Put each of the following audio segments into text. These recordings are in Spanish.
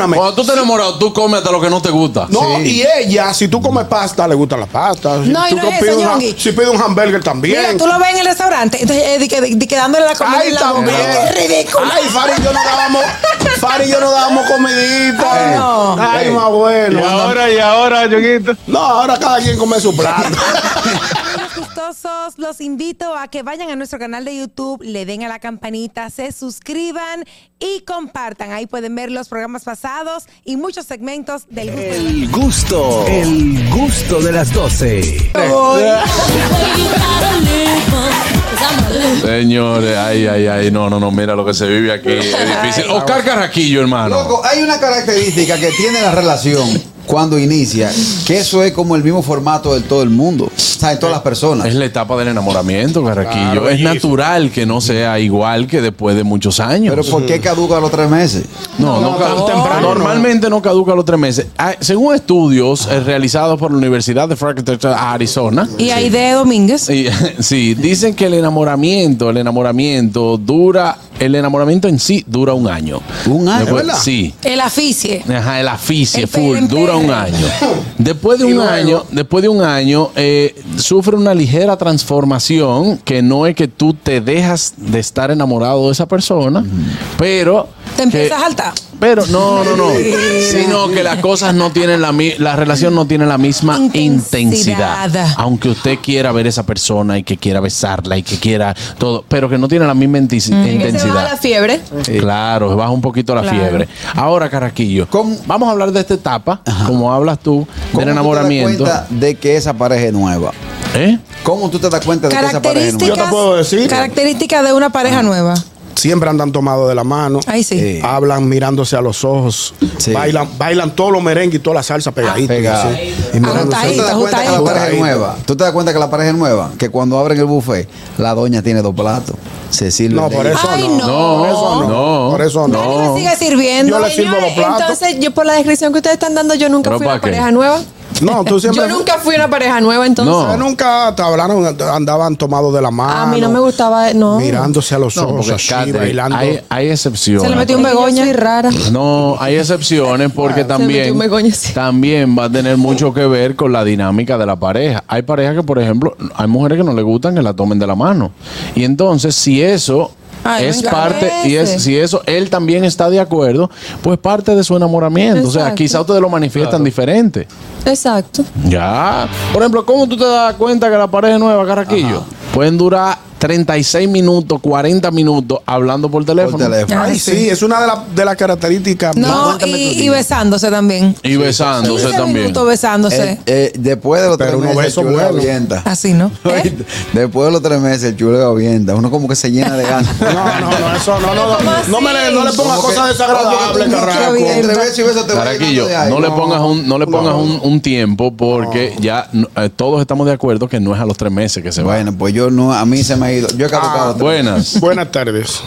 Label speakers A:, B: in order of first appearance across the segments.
A: Oh,
B: Cuando tú te enamoras, tú comes hasta lo que no te gusta.
C: No, y ella, si tú comes pasta, le gustan las pastas.
D: No,
C: si,
D: y
C: tú
D: no es
C: pides
D: eso,
C: un ha-
D: Ñongui.
C: si pides un hamburger también.
D: Mira, tú lo ves en el restaurante, entonces eh, di que- di- di que dándole la comida
C: Ay,
D: en la boca.
C: también.
D: Ay, ¡Qué ridículo!
C: Ay, Fari y yo no dábamos, Fari y yo no dábamos comidita.
D: Ay, no.
C: Ay, más bueno.
E: Y ahora, y ahora, Yoguito.
C: No, ahora cada quien come su plato.
D: Amigos gustosos, los invito a que vayan a nuestro canal de YouTube, le den a la campanita, se suscriban y compartan. Ahí pueden ver los programas pasados y muchos segmentos del gusto.
F: El gusto, el gusto de las 12.
B: Señores, ay, ay, ay, no, no, no, mira lo que se vive aquí, es difícil. Oscar Carraquillo, hermano.
A: Loco, hay una característica que tiene la relación cuando inicia, que eso es como el mismo formato de todo el mundo, o sea, de todas las
B: Es
A: personas.
B: la etapa del enamoramiento, Carraquillo.
C: Claro,
B: es
C: bellísimo.
B: natural que no sea igual que después de muchos años.
A: Pero ¿por qué caduca a los tres meses?
B: No, no,
C: No,
B: caduca.
C: tan temprano.
B: Normalmente no caduca a los tres meses. Ah, Según estudios eh, realizados por la Universidad de Franklin, Arizona.
D: Y Aide Domínguez.
B: Sí, sí, dicen que el enamoramiento, el enamoramiento dura, el enamoramiento en sí dura un año.
A: ¿Un año?
B: Después-
A: ¿Es verdad?
B: Sí.
D: El aficie.
B: Ajá, el aficie
D: El
B: full,
D: PRM.
B: dura un año. Después de
C: Y
B: un
C: luego.
B: año, después de un año, eh, sufre una ligera transformación que no es que tú te dejas de estar enamorado de esa persona, pero
D: Te empiezas a
B: que-
D: saltar.
B: pero no, no, no. Sino que las cosas no tienen la mi- la relación no tiene la misma
D: Intensidad.
B: intensidad. Aunque usted quiera ver esa persona y que quiera besarla y que quiera todo, pero que no tiene la misma inti- intensidad.
D: fiebre.
B: Eh, Claro, baja un poquito la
D: Claro.
B: fiebre. Ahora, Caraquillo,
A: ¿Cómo-
B: vamos a hablar de esta etapa, como hablas tú,
A: ¿Cómo
B: del enamoramiento.
A: tú te das cuenta de que esa pareja es nueva?
B: ¿Eh?
A: ¿Cómo tú te das cuenta de que esa pareja es
D: Características.
A: nueva?
C: Yo te puedo decir.
D: Características de una pareja nueva.
C: Siempre andan tomados de la mano.
D: Ahí sí.
A: Eh.
C: Hablan mirándose a los ojos.
A: Sí.
C: Bailan, bailan todos los merengues y toda la salsa pegadita.
A: Pegada.
C: así.
D: Ah,
C: Y mirándose.
A: ¿Tú te
D: Ajustadito,
A: das cuenta que la
D: ajustadito.
A: pareja es nueva? ¿Tú te das cuenta que la pareja es nueva? Que cuando abren el buffet, la doña tiene dos platos. Se sirve.
C: No,
A: de-
C: por eso
D: Ay,
C: no.
D: no.
C: Por eso no.
B: No.
C: Por eso no.
D: Dani me sigue sirviendo.
C: Yo le sirvo los platos.
G: Entonces, yo por la descripción que ustedes están dando, yo nunca
B: ¿Pero
G: fui
B: para
G: una
B: qué?
G: pareja nueva.
C: No, tú siempre.
G: Yo nunca fui una pareja nueva, entonces.
B: No.
C: Ustedes nunca te hablaron, andaban tomados de la mano.
G: A mí no me gustaba, no.
C: Mirándose a los
B: No,
C: ojos
B: porque,
C: así,
B: Catherine,
C: bailando.
B: hay, hay excepciones.
D: Se le metió un
G: Begoña.
D: begoña.
G: Soy rara.
B: No, hay excepciones
G: se
B: porque
G: metió
B: también,
G: un begoña, sí.
B: también va a tener mucho que ver con la dinámica de la pareja. Hay parejas que, por ejemplo, hay mujeres que no le gustan que la tomen de la mano. Y entonces, si eso
D: Ay,
B: es
D: venga,
B: parte, y
D: ese.
B: es, si eso él también está de acuerdo, pues parte de su enamoramiento. O sea,
G: Exacto.
B: quizá ustedes lo manifiestan diferente.
G: Exacto.
B: Ya. Por ejempemplo, ¿cómo tú te das cuenta que la pareja es nueva, Carraquillo? Pueden durar 36 minutos, 40 minutos hablando por teléfono.
A: Por teléfono.
C: Ay, sí, es una de, la- de las características. más-
D: No,
A: Cuéntame tu
D: y, y
A: día.
D: besándose también.
B: Y besándose
D: 15
B: también.
D: minutos besándose.
A: Eh, eh, después de los
C: Pero
A: tres
C: unos
A: meses,
C: besos
A: el chuleo
C: buenos.
A: avienta.
D: Así, ¿no? ¿Eh?
A: Oíste, Después de los tres meses, el chulo avienta. Uno como que se llena de ganas.
C: No, no, no, eso no, no, no, no me le, no le ponga
A: Como
C: cosas
A: que-
C: desagradables,
A: Oye, tú
C: carajo.
A: mucho entre beso y beso te va
B: Caraquillo,
A: llenando de aire.
B: no le pongas un, no le pongas un, un tiempo porque ya no- eh, todos estamos de acuerdo que no es a los tres meses que se va. Ah,
A: Bueno, pues yo no, a mí se me ha ido. Yo he caducado. tres.
B: Buenas.
C: Buenas tardes.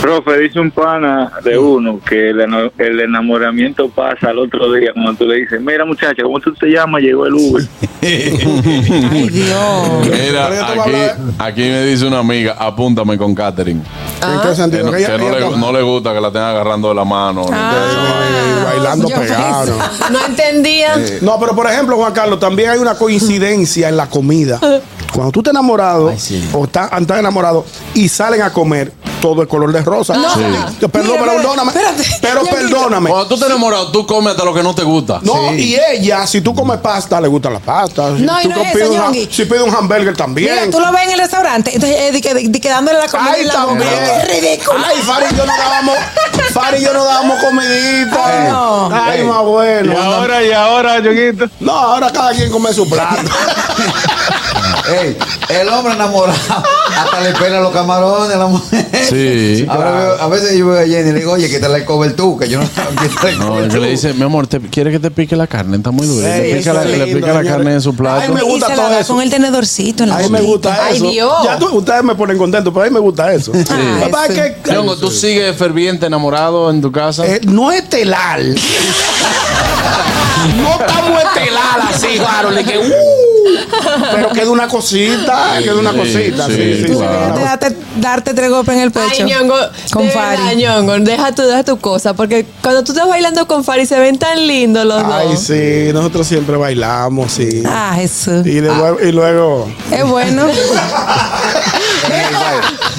H: Profe, dice un pana de uno que el, eno- el enamoramiento pasa al otro día cuando tú le dices, mira muchacha, ¿cómo tú te llamas? Llegó el Uber.
D: Ay, Dios.
B: Mira, aquí, aquí me dice una amiga, apúntame con Katherine.
C: ¿En qué
B: Que,
C: sentido?
B: no,
C: Que ella-
B: que no
C: ella-
B: le, no le gusta que la tenga agarrando de la mano. ni
D: Ah.
B: que eso,
C: Ay,
B: vaina.
C: bailando
D: yo pues,
C: pegado.
G: No entendía.
C: No, pero por ejemplo, Juan Carlos, también hay una coincidencia en la comida. Cuando tú estás enamorado
A: Ay, sí.
C: o estás estás enamorado y salen a comer todo el color de rosa.
D: No. Sí.
C: Yo, Perdón, pero
D: Mira, pero-
C: perdóname.
D: espérate.
C: Pero
D: Yo-
C: perdóname.
B: Cuando tú te enamoras, tú comes hasta lo que no te gusta.
C: No, y ella, si tú comes pasta, le gustan las pastas.
D: No, y
C: Si
D: no
C: tú
D: es eso,
C: pides un ha-
D: Ñongui.
C: si pide un hamburger
D: Mira,
C: también.
D: tú lo ves en el restaurante, entonces eh, di que- di- di que dándole la comida
C: Ay,
D: en la boca.
C: también.
D: ¡Qué ridículo!
C: Ay, Fari y yo no dábamos, Fari y yo no dábamos comidita.
D: Ay, no.
C: Ay, más bueno.
E: Y ahora, y ahora, Yoguito.
C: No, ahora cada quien come su plato.
A: Ey, el hombre enamorado hasta le pela los camarones a la mujer.
B: Sí.
A: Ahora veo- a veces yo veo a Jenny y le digo, oye, quítale el cover tú, que yo no quítale el
B: No,
A: cover
B: yo le
A: tú.
B: dice, mi amor, ¿te, ¿quiere que te pique la carne? Está muy dura.
C: Sí,
B: le pica,
C: eso
B: la,
C: es
B: le
C: lindo,
B: pica la
C: señores.
B: carne de su plato.
C: Ay, me gusta
D: y se
C: todo
D: la da
C: eso.
D: con el tenedorcito en la
C: A mí me
D: boquita.
C: gusta
G: Ay,
C: eso.
G: Dios.
C: Ya tú- ustedes me ponen contento, pero a mí me gusta eso.
D: Ah,
C: Papá,
D: sí.
C: que-
B: Leongo, ¿tú sigues ferviente enamorado en tu casa?
C: Eh, no es telal. no estamos estelar así, claro. Le que, uh. Pero queda una cosita, queda una
B: sí,
C: cosita.
B: sí,
C: Sí, sí, sí,
B: claro. Tú
C: una
D: Date,
C: cosita.
D: date- darte tres golpes en el pecho.
G: Ay, Ñongo,
D: Con
G: de verdad,
D: Fari.
G: Ñongo, deja tu, deja tu cosa, porque cuando tú estás bailando con Fari se ven tan lindos los
C: Ay,
G: dos.
C: sí, nosotros siempre bailamos, sí.
D: Ah, Jesús.
C: Y luego, y luego,
D: Es bueno.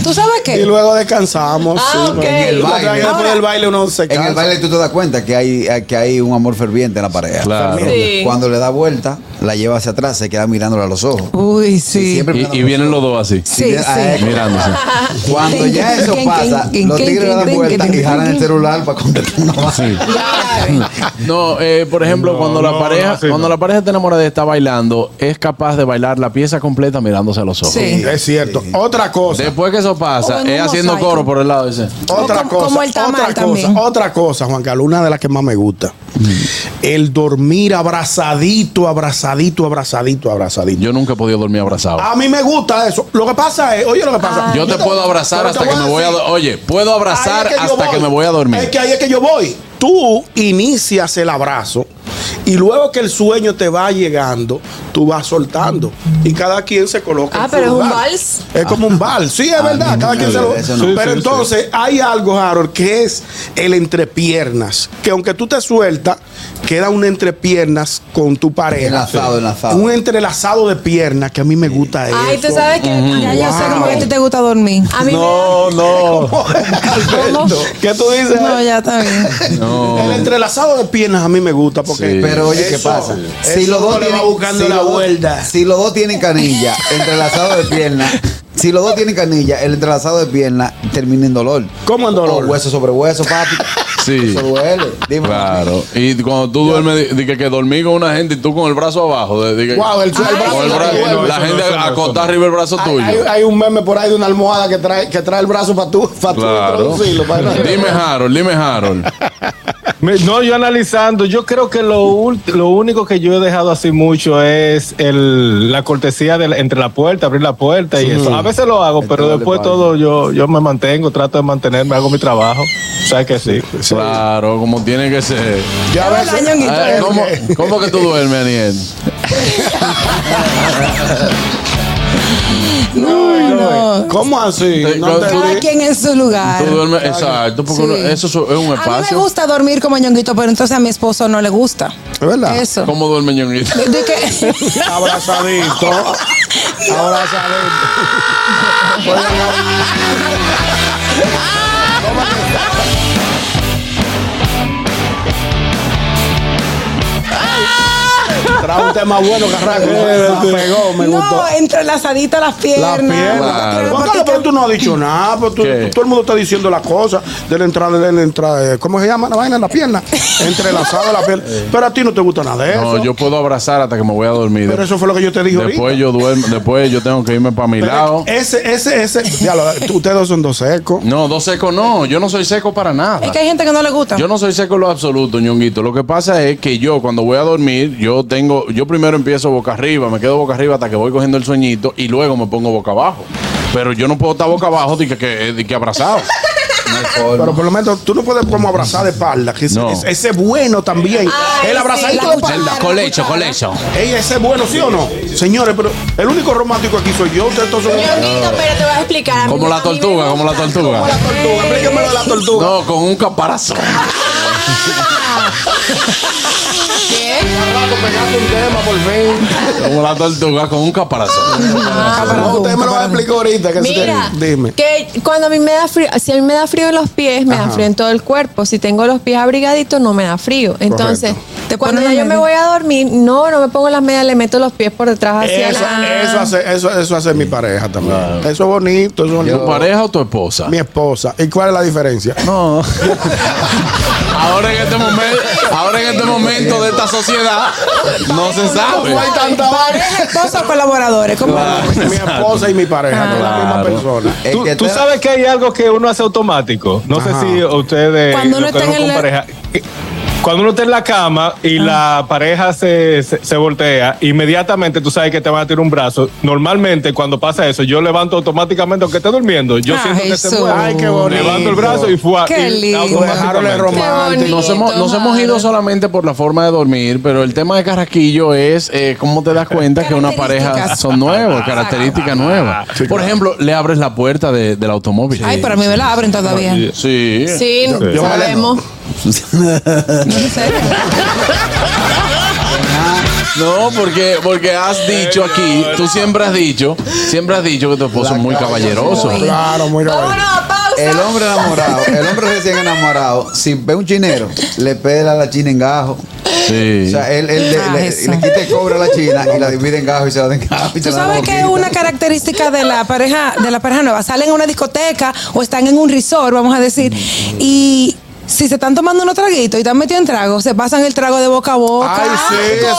D: ¿Tú sabes
C: y
D: qué?
C: luego descansamos.
G: Ah,
C: sí,
G: ok.
C: pero-
G: En el
C: Pero
A: baile.
C: Después del baile uno se
A: En
C: cansa.
A: el baile tú te das cuenta que hay, que hay un amor ferviente en la pareja.
B: Claro.
G: Sí.
A: Cuando le da vuelta, la lleva hacia atrás, se queda mirándola a los ojos.
D: Uy, sí.
A: Siempre
B: Y, y vienen los dos así,
A: Sí,
D: Sí,
A: ah,
D: sí.
A: eh,
B: mirándose.
A: Cuando ya eso
D: Quin, quin,
A: pasa,
D: quin,
A: los
D: quin,
A: tigres le
D: quin,
A: dan
D: quin,
A: vuelta
D: quin,
A: y
D: quin,
A: jalan el
D: quin.
A: celular para contestar una vaina.
B: No, eh, por ejemplo, cuando la
E: no,
B: pareja,
E: no, sí,
B: cuando
E: no.
B: la pareja te enamora de está bailando, es capaz de bailar la pieza completa mirándose a los ojos.
D: Sí.
C: Es cierto. Otra cosa.
B: Después que eso
D: O
B: pasa,
D: en
B: es
D: un
B: haciendo
D: mosaico.
B: coro por el lado ese.
C: Otra
D: como-
C: cosa,
D: como el tamal
C: otra
D: también.
C: cosa, otra cosa, Juan Carlos, una de las que más me gusta.
B: Mm.
C: El dormir abrazadito, abrazadito, abrazadito, abrazadito.
B: Yo nunca he podido dormir abrazado.
C: a mí me gusta eso. Lo que pasa es, oye, lo que
D: Ah,
C: pasa.
B: Yo te puedo abrazar
C: Ah, Pero te
B: hasta que me voy a
C: decir,
B: do- Oye, puedo abrazar
C: ahí es yo
B: hasta que
C: voy.
B: me voy a
C: Es
B: dormir.
C: que ahí es que yo voy. Tú inicias el abrazo y luego que el sueño te va llegando, tú vas soltando y cada quien se coloca.
G: Ah,
C: en su
G: pero es un
C: lugar.
G: vals.
C: Es como un vals. Sí,
B: Ah,
C: es verdad. Cada quien se lo.
A: eso no.
E: Sí,
C: pero
E: sí,
C: entonces hay algo, Harold, que es el entrepiernas. Que aunque tú te sueltas, queda un entrepiernas con tu pareja.
A: Enlazado, enlazado.
C: Un entrelazado de piernas que a mí me gusta eso.
G: Ay, tú sabes que
D: Ya yo sé cómo que a ti
C: Wow.
D: te gusta dormir.
G: a mí
E: No, no.
C: Alberto, ¿Qué tú dices?
D: No, ya está bien.
B: No.
C: El entrelazado de piernas a mí me gusta porque.
B: Sí.
A: Pero oye, ¿qué
C: Eso,
A: pasa?
C: eso uno le va buscando
A: si
C: la
A: los dos-
C: vuelta.
A: si los dos tienen canilla, entrelazado de pierna, si los dos tienen canilla, el entrelazado de pierna termina en dolor.
C: ¿Cómo en dolor?
A: O hueso sobre hueso, papi.
B: Sí.
A: Eso duele. Dime.
B: Claro. Y cuando tú duermes, di que, que dormí con una gente y tú con el brazo abajo. de- di que-
C: Wow, el- el
B: Con
C: brazo
B: el
C: no
B: brazo-
C: duele,
B: la
E: eso no,
B: gente
E: eso no, eso
B: acostó
E: no.
B: arriba el brazo
C: Hay,
B: tuyo.
C: hay- hay un meme por ahí de una almohada que trae, que trae el brazo para tú, para
B: Claro. Dime Harold, dime Harold.
E: Me- No, yo analizando, yo creo que lo, ult- lo único que yo he dejado así mucho es el, la cortesía de la- entre la puerta, abrir la puerta y eso. A veces lo hago,
A: Esto
E: pero
A: vale
E: después
A: vaina.
E: todo yo, yo me mantengo, trato de mantenerme, hago mi trabajo. ¿Sabes que sí?
B: Claro, como tiene que ser.
C: Ya ves,
B: Eh, ¿cómo, cómo que tú duermes, Aniel?
C: ¿Cómo así?
B: Te-
C: No te-
B: tú-
D: Cada quien en su lugar.
B: Tú duermes, exacto, porque
D: Sí.
B: uno- eso es un
D: A mí me
B: espacio.
D: gusta dormir como ñonguito, pero entonces a mi esposo no le gusta.
C: ¿Es verdad?
D: Eso.
B: ¿Cómo duerme Ñonguito?
D: De- de que-
C: Abrazadito. Abrazadito. Trae un tema bueno, Carranco. Me pegó, me gustó.
D: no, entrelazadita las piernas.
C: La pierna.
B: Claro.
D: Tiene
C: Juan
D: la
C: Carlos,
D: patica.
C: pero tú no has dicho nada. Pero tú-
B: ¿Qué?
C: todo el mundo está diciendo las cosas de la entrada, de la entrada. eh, ¿Cómo se llama la vaina en la pierna? Entrelazado la pierna. Pero a ti no te gusta nada de eso.
B: No, yo puedo abrazar hasta que me voy a dormir.
C: pero eso fue lo que yo te dije ahorita.
B: después yo duermo, después yo tengo que irme para mi
C: Pero eh.
B: lado.
C: Ese, ese, ese. Ya lo- tú- ustedes dos son dos secos.
B: No, dos secos no, yo no soy seco para nada.
D: Es que hay gente que no le gusta.
B: Yo no soy seco en lo absoluto, ñonguito. Lo que pasa es que yo cuando voy a dormir, yo tengo, yo primero empiezo boca arriba, me quedo boca arriba hasta que voy cogiendo el sueñito y luego me pongo boca abajo. Pero yo no puedo estar boca abajo de que, que- de que abrazado.
C: Pero por lo menos tú no puedes como abrazar de espalda. que ese-
B: No.
C: Ese ese es bueno también.
G: Ay,
C: el
G: sí,
C: abrazadito
G: la
C: de
G: cuchara.
C: espalda.
B: Colecho, colecho.
C: Ey, ese es bueno, ¿sí o no? Señores, pero el único romántico aquí soy yo. Ustedes todos son.
G: Ñonguito, pero te voy a explicar. a mí-
B: Como
G: a
B: la
G: mí me
B: tortuga, como la
G: gusta.
B: tortuga.
C: Como la tortuga. Explíqueme lo de la tortuga.
B: No, con un caparazón.
G: ¿Qué?
C: Rato pegando un tema, por fin.
B: Como la tortuga con un caparazón.
C: No, usted me lo va a explicar ahorita. Que si te-
G: Mira,
C: dime.
G: que cuando a mí me da frío, si a mí me da frío en los pies, me da frío en todo el cuerpo. Si tengo los pies abrigaditos, no me da frío. Entonces,
D: Te
G: cuando
D: pones
G: ya yo
D: las
G: me
D: medias.
G: voy a dormir, no, no me pongo las medias, le meto los pies por detrás hacia
C: Eso,
G: la...
C: eso, hace, eso, eso hace mi pareja también. Eso es bonito. Eso es
B: ¿Tu
C: bonito.
B: pareja o tu esposa?
C: Mi esposa. ¿Y cuál es la diferencia?
B: No. ahora en este momento, ahora en este momento de esta sociedad, no se sabe.
C: No hay tanta vaina.
D: Esposos colaboradores. ¿cómo?
C: Mi esposa y mi pareja, no es la misma
B: Claro.
C: persona.
A: Es
E: Tú,
A: que
E: tú
A: te-
E: sabes que hay algo que uno hace automático. No
C: Ajá.
E: sé si ustedes
D: Cuando uno
E: lo que
D: está en
E: hago con
D: el-
E: pareja. Que, Cuando uno está en la cama y la pareja se, se, se voltea, inmediatamente tú sabes que te van a tirar un brazo. Normalmente, cuando pasa eso, yo levanto automáticamente, aunque esté durmiendo, yo
G: Ay,
E: siento que se
G: Jesús.
E: mueve.
C: Ay, qué bonito.
E: Levanto el brazo y fue
G: Qué lindo.
C: Dejaronle
E: automáticamente.
C: romántico.
B: Nos hemos, nos hemos ido solamente por la forma de dormir, pero el tema de Carraquillo es eh, cómo te das cuenta que una pareja
I: Características.
B: son nuevas, características nuevas. Por ejemplo, le abres la puerta de- del automóvil.
I: Ay, pero a mí me la abren todavía.
B: Sí.
G: Sí,
C: yo me
G: sabemos.
B: No, porque, porque has dicho aquí, tú siempre has dicho, siempre has dicho que tu esposo es muy caballeroso.
I: Uy.
C: Claro, muy bien.
G: Vámonos,
C: Eh,
G: pausa.
A: El hombre enamorado, el hombre recién enamorado, si ve un chinero, le pela a la china en gajo. O
B: Sí.
A: sea, él, él le,
I: Ah,
A: le-
I: eso.
A: le quita el cobre a la china y la divide en gajo y se la da en gajo. y se
I: Tú
A: la da
I: sabes que es
A: poquita.
I: una característica de la pareja de la pareja nueva. Salen a una discoteca o están en un resort, vamos a decir, y si se están tomando unos traguitos y están metidos en trago, se pasan el trago de boca a boca. Ah,
C: Ay, sí, ese es
B: eso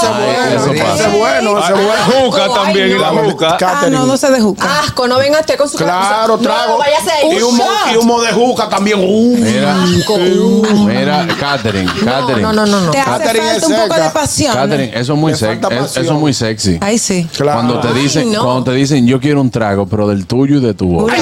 C: bueno.
B: pasa.
C: Ese es bueno, ese
E: Ah,
C: es
E: La
C: bueno.
E: juca
G: Ay,
E: también, y la
C: no.
E: juca.
C: Ca-
I: Ah, no, no se dejuca.
G: Asco, no venga usted con su
C: Claro,
G: No,
C: trago.
G: váyase de ahí.
C: y, humo, y humo de juca también. Uh,
B: Mira, mira, Catherine, Catherine.
G: No, no, no, no.
I: Te hace
C: Catherine
I: falta
C: es
I: un poco
C: seca.
I: de pasión.
B: Catherine, eso es muy
C: Le
B: sexy.
C: falta
B: Eso es
C: pasión.
B: muy sexy.
I: Ahí sí.
C: claro.
B: Cuando te dicen,
G: no.
B: cuando te dicen, yo quiero un trago, pero del tuyo y de tu boca.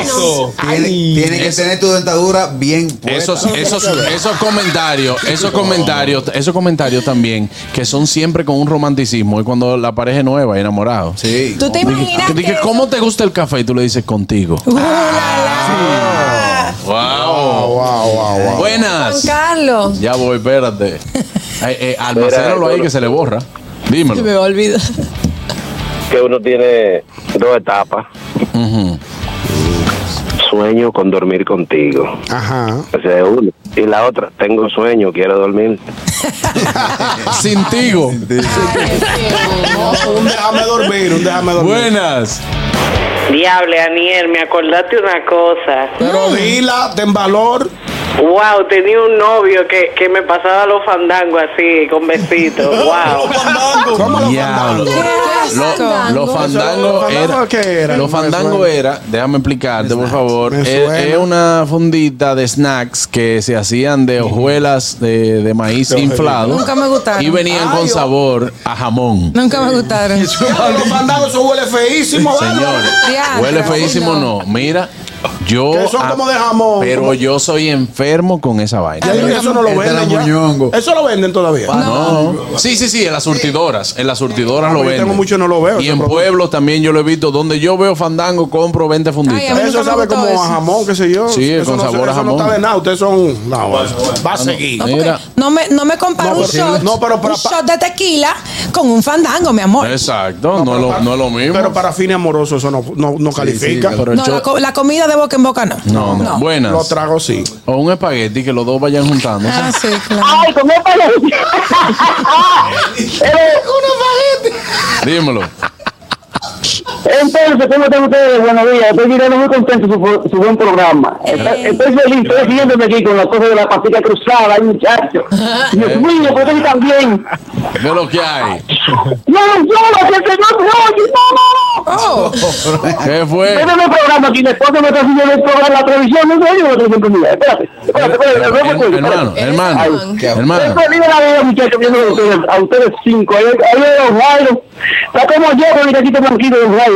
E: Eso.
A: Tiene, tiene que tener tu dentadura bien puesta.
B: Esos, esos, esos comentarios, esos comentarios, esos comentarios también, que son siempre con un romanticismo, es cuando la pareja es nueva y enamorado.
A: Sí.
G: ¿Tú te imaginas
B: Que
G: que
B: dije,
G: eso-
B: ¿cómo te gusta el café? Y tú le dices contigo.
I: Uh, la, la.
B: Wow.
C: Wow, wow, wow.
G: Juan
B: Buenas.
G: Carlos?
B: Ya voy, espérate. Eh, eh, almacénalo
J: Espera,
B: ahí
J: bueno.
B: que se le borra. Dímelo.
G: Se me va a olvidar.
J: que uno tiene dos etapas. Sueño con dormir contigo.
C: Ajá.
J: Esa es una. Y la otra, tengo sueño, quiero dormir.
B: Sintigo.
C: Un déjame dormir, un déjame dormir.
B: Buenas.
K: Diable, Aniel, me acordaste una cosa.
C: Pero
B: Mm.
C: dila, ten valor.
K: Wow, tenía un novio que, que me pasaba los fandangos así, con besitos. Wow.
C: ¿Cómo lo
B: Diablo.
C: mandamos?
B: Los
G: Fandango.
B: lo fandangos
C: ¿Los
B: era,
C: fandangos qué eran?
B: Los
C: Me
B: fandangos
C: suena.
B: era, déjame explicarte, por favor.
C: pues, Me
B: Es,
C: suena.
B: es una fundita de snacks que se hacían de hojuelas de, de maíz inflado.
I: Nunca me gustaron.
B: Y venían con
C: Ay, oh.
B: sabor a jamón.
I: Nunca me gustaron.
C: Los mandamos, eso huele feísimo, ¿vale?
B: Señores,
I: Diantre,
B: huele feísimo,
I: no.
B: no. Mira, yo.
C: Que son
B: ah,
C: como de jamón,
B: Pero
C: como-
B: yo soy enfermo con esa vaina.
C: Ya dije que eso no lo
A: Este era
C: venden ya.
A: muñongo.
C: Eso lo venden todavía.
B: Ah, No. Sí, sí, sí, en las surtidoras. En las surtidoras
C: Ah,
B: lo
C: yo
B: venden.
C: tengo mucho, no lo veo,
B: Y
C: ese
B: en
C: producto.
B: pueblos también yo lo he visto. Donde yo veo fandango, compro 20
I: Ay, a
B: funditas.
I: mí nunca
C: Eso
I: me
C: sabe
I: gustó
C: como
I: eso.
C: a jamón, qué sé yo.
B: Sí,
C: Eso
B: con
C: no se-
B: sabor a
C: eso
B: jamón.
C: no está de nada, ustedes son... No, va a seguir.
I: No, porque
B: Mira.
I: no me, no me comparo
C: No,
I: un
C: pero-
I: shot,
C: no, pero para-
I: un shot de tequila con un fandango, mi amor.
B: Exacto, no, es
C: pero
B: lo,
C: para-
B: no es lo mismo.
C: Pero para fines amorosos eso no, no, no califica.
B: pero el
I: no, la,
B: cho-
I: co- la comida de boca en boca no.
B: no, no. buenas.
C: Lo trago sí.
B: O un espagueti que los dos vayan juntando.
I: Ah, sí, claro.
K: Ay, ¿cómo para
B: Dímelo.
K: Entonces, ¿cómo están ustedes? Buenos días. Estoy mirando muy contento su, su buen programa. Está- Estoy feliz, estoy siguiéndome aquí con la cosa de la pastilla cruzada, ay, muchacho. Dios mío, pues estoy también.
B: Ve lo que hay.
K: No, no, que el señor me oye, no, no, no.
I: Oh,
B: ¿Qué fue?
K: Este es el programa aquí, después me está siguiendo el programa en la televisión, no sé, yo no tengo ni idea. Espérate, espérate, espérate, espérate, espérate.
B: Hermano, hermano,
A: Ay.
B: hermano.
K: Eso vive la vida, muchachos, viendo a ustedes, a ustedes cinco. Ahí ahí veo los Jairo. Está como yo con el cachito blanquito de los Jairo.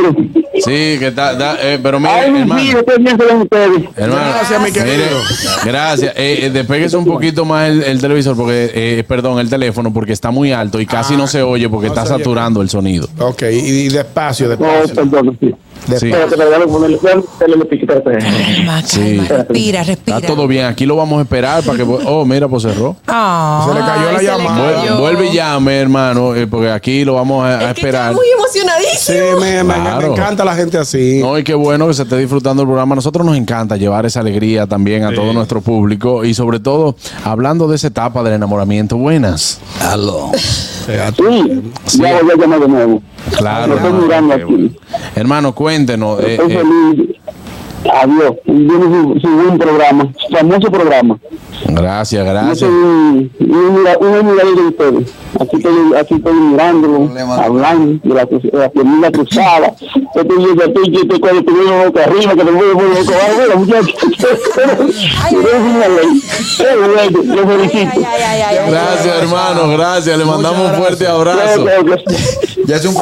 B: Sí, que está, da- eh, pero mire,
K: Ay, mis
B: hermano.
K: hijos, estoy bien feliz de ustedes.
B: Hermano,
C: Gracias, mi
B: mire,
C: querido.
B: gracias. Eh, eh, despéguese un poquito más el, el televisor, porque, eh, perdón, el teléfono, porque está muy alto y casi no se oye porque está
C: Ah, se oye.
B: saturando el sonido.
C: Ok, y, y despacio,
K: No,
C: despacio.
K: perdón, sí.
B: Sí.
K: Espérate, espérate, déjame ponerle- déjame ponerle el piquito a ustedes.
I: calma, calma,
B: Sí.
I: respira, respira.
B: Está todo bien. Aquí lo vamos a esperar para que. Oh, mira, pues cerró.
I: Ah.
C: Se le cayó la
G: Ay, se le
C: llamada.
B: Vuel-
G: cayó.
B: Vuelve y llame, hermano, eh, porque aquí lo vamos a, a
G: Es que está
B: esperar.
G: muy
C: Sí,
G: emocionadísimo.
C: me, me- me
B: Claro.
C: encanta la gente así.
B: No, y qué bueno que se esté disfrutando el programa. A nosotros nos encanta llevar esa alegría también a todo nuestro público y sobre todo hablando de esa etapa del enamoramiento. Buenas.
A: Aló.
K: Sí, ya voy a llamar de nuevo.
B: Claro.
K: Lo estoy
B: hermano,
K: mirando
B: qué
K: aquí.
B: bueno. Hermano, cuéntenos. eh,
K: Estoy
B: eh,
K: feliz. Adiós. Y viene su, su buen programa, su famoso programa.
B: Gracias,
K: Yo soy
B: gracias.
K: un, un, mira- un admirador de ustedes. Aquí estoy, aquí estoy mirándolo, hablando de la, cruz- de la familia cruzada. Yo te digo que estoy, que estoy con el primero boca arriba, que te voy voy boca abajo. Bueno, muchachos, es una ley. Qué bueno, yo felicito.
B: Gracias, hermano, gracias. Le mandamos un fuerte abrazo.
A: Ya es un
K: Y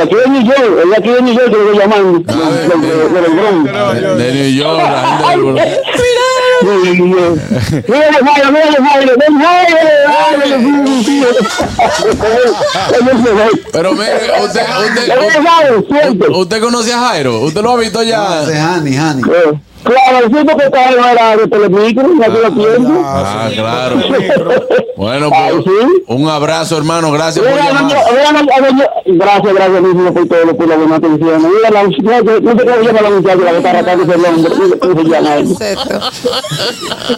K: aquí en New York, el de aquí en New York que lo voy llamando. de- de- de- de los Bronx.
B: De New York, la gente del Bronx.
K: Mírale, Jairo, mírale, Jairo, ven, Jairo, Jairo, sí, sí, sí.
B: Pero mire, usted, usted,
K: Mírale, Jairo, siempre.
B: ¿Usted conoce a Jairo? ¿Usted lo ha visto ya?
K: Eh, Claro, siento que Jairo era de Telemicro, ya que lo pienso.
B: Ah, claro. Bueno, pues, un abrazo, hermano. Gracias por
K: Ah, Mira,
B: llamar.
K: doña- mira, doña- doña- Gracias, gracias, mismo por todo, por la buena atención. Mira, la muchacha, no sé cómo se llama la muchacha, la que está tratando de ser el hombre, no sé cómo se llama ella.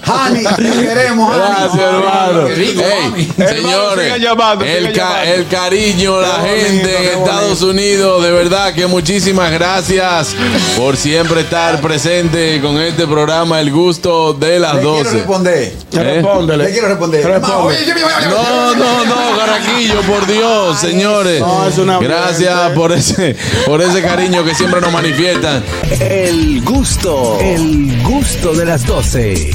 A: Hani, te queremos, Hani.
B: Gracias, hermano.
A: Qué rico,
B: Ey, señores, el, ca- el cariño, la gente en Estados Unidos, de verdad que muchísimas gracias por siempre estar presente con este programa, El Gusto de las
A: Le quiero
B: 12.
A: responder.
B: ¿Eh?
A: Le quiero responder. Hermano,
B: No, no, no, Caraquillo, por Dios, señores.
A: eh.
B: Gracias por ese, por ese cariño que siempre nos manifiestan.
F: El gusto, el gusto de las 12.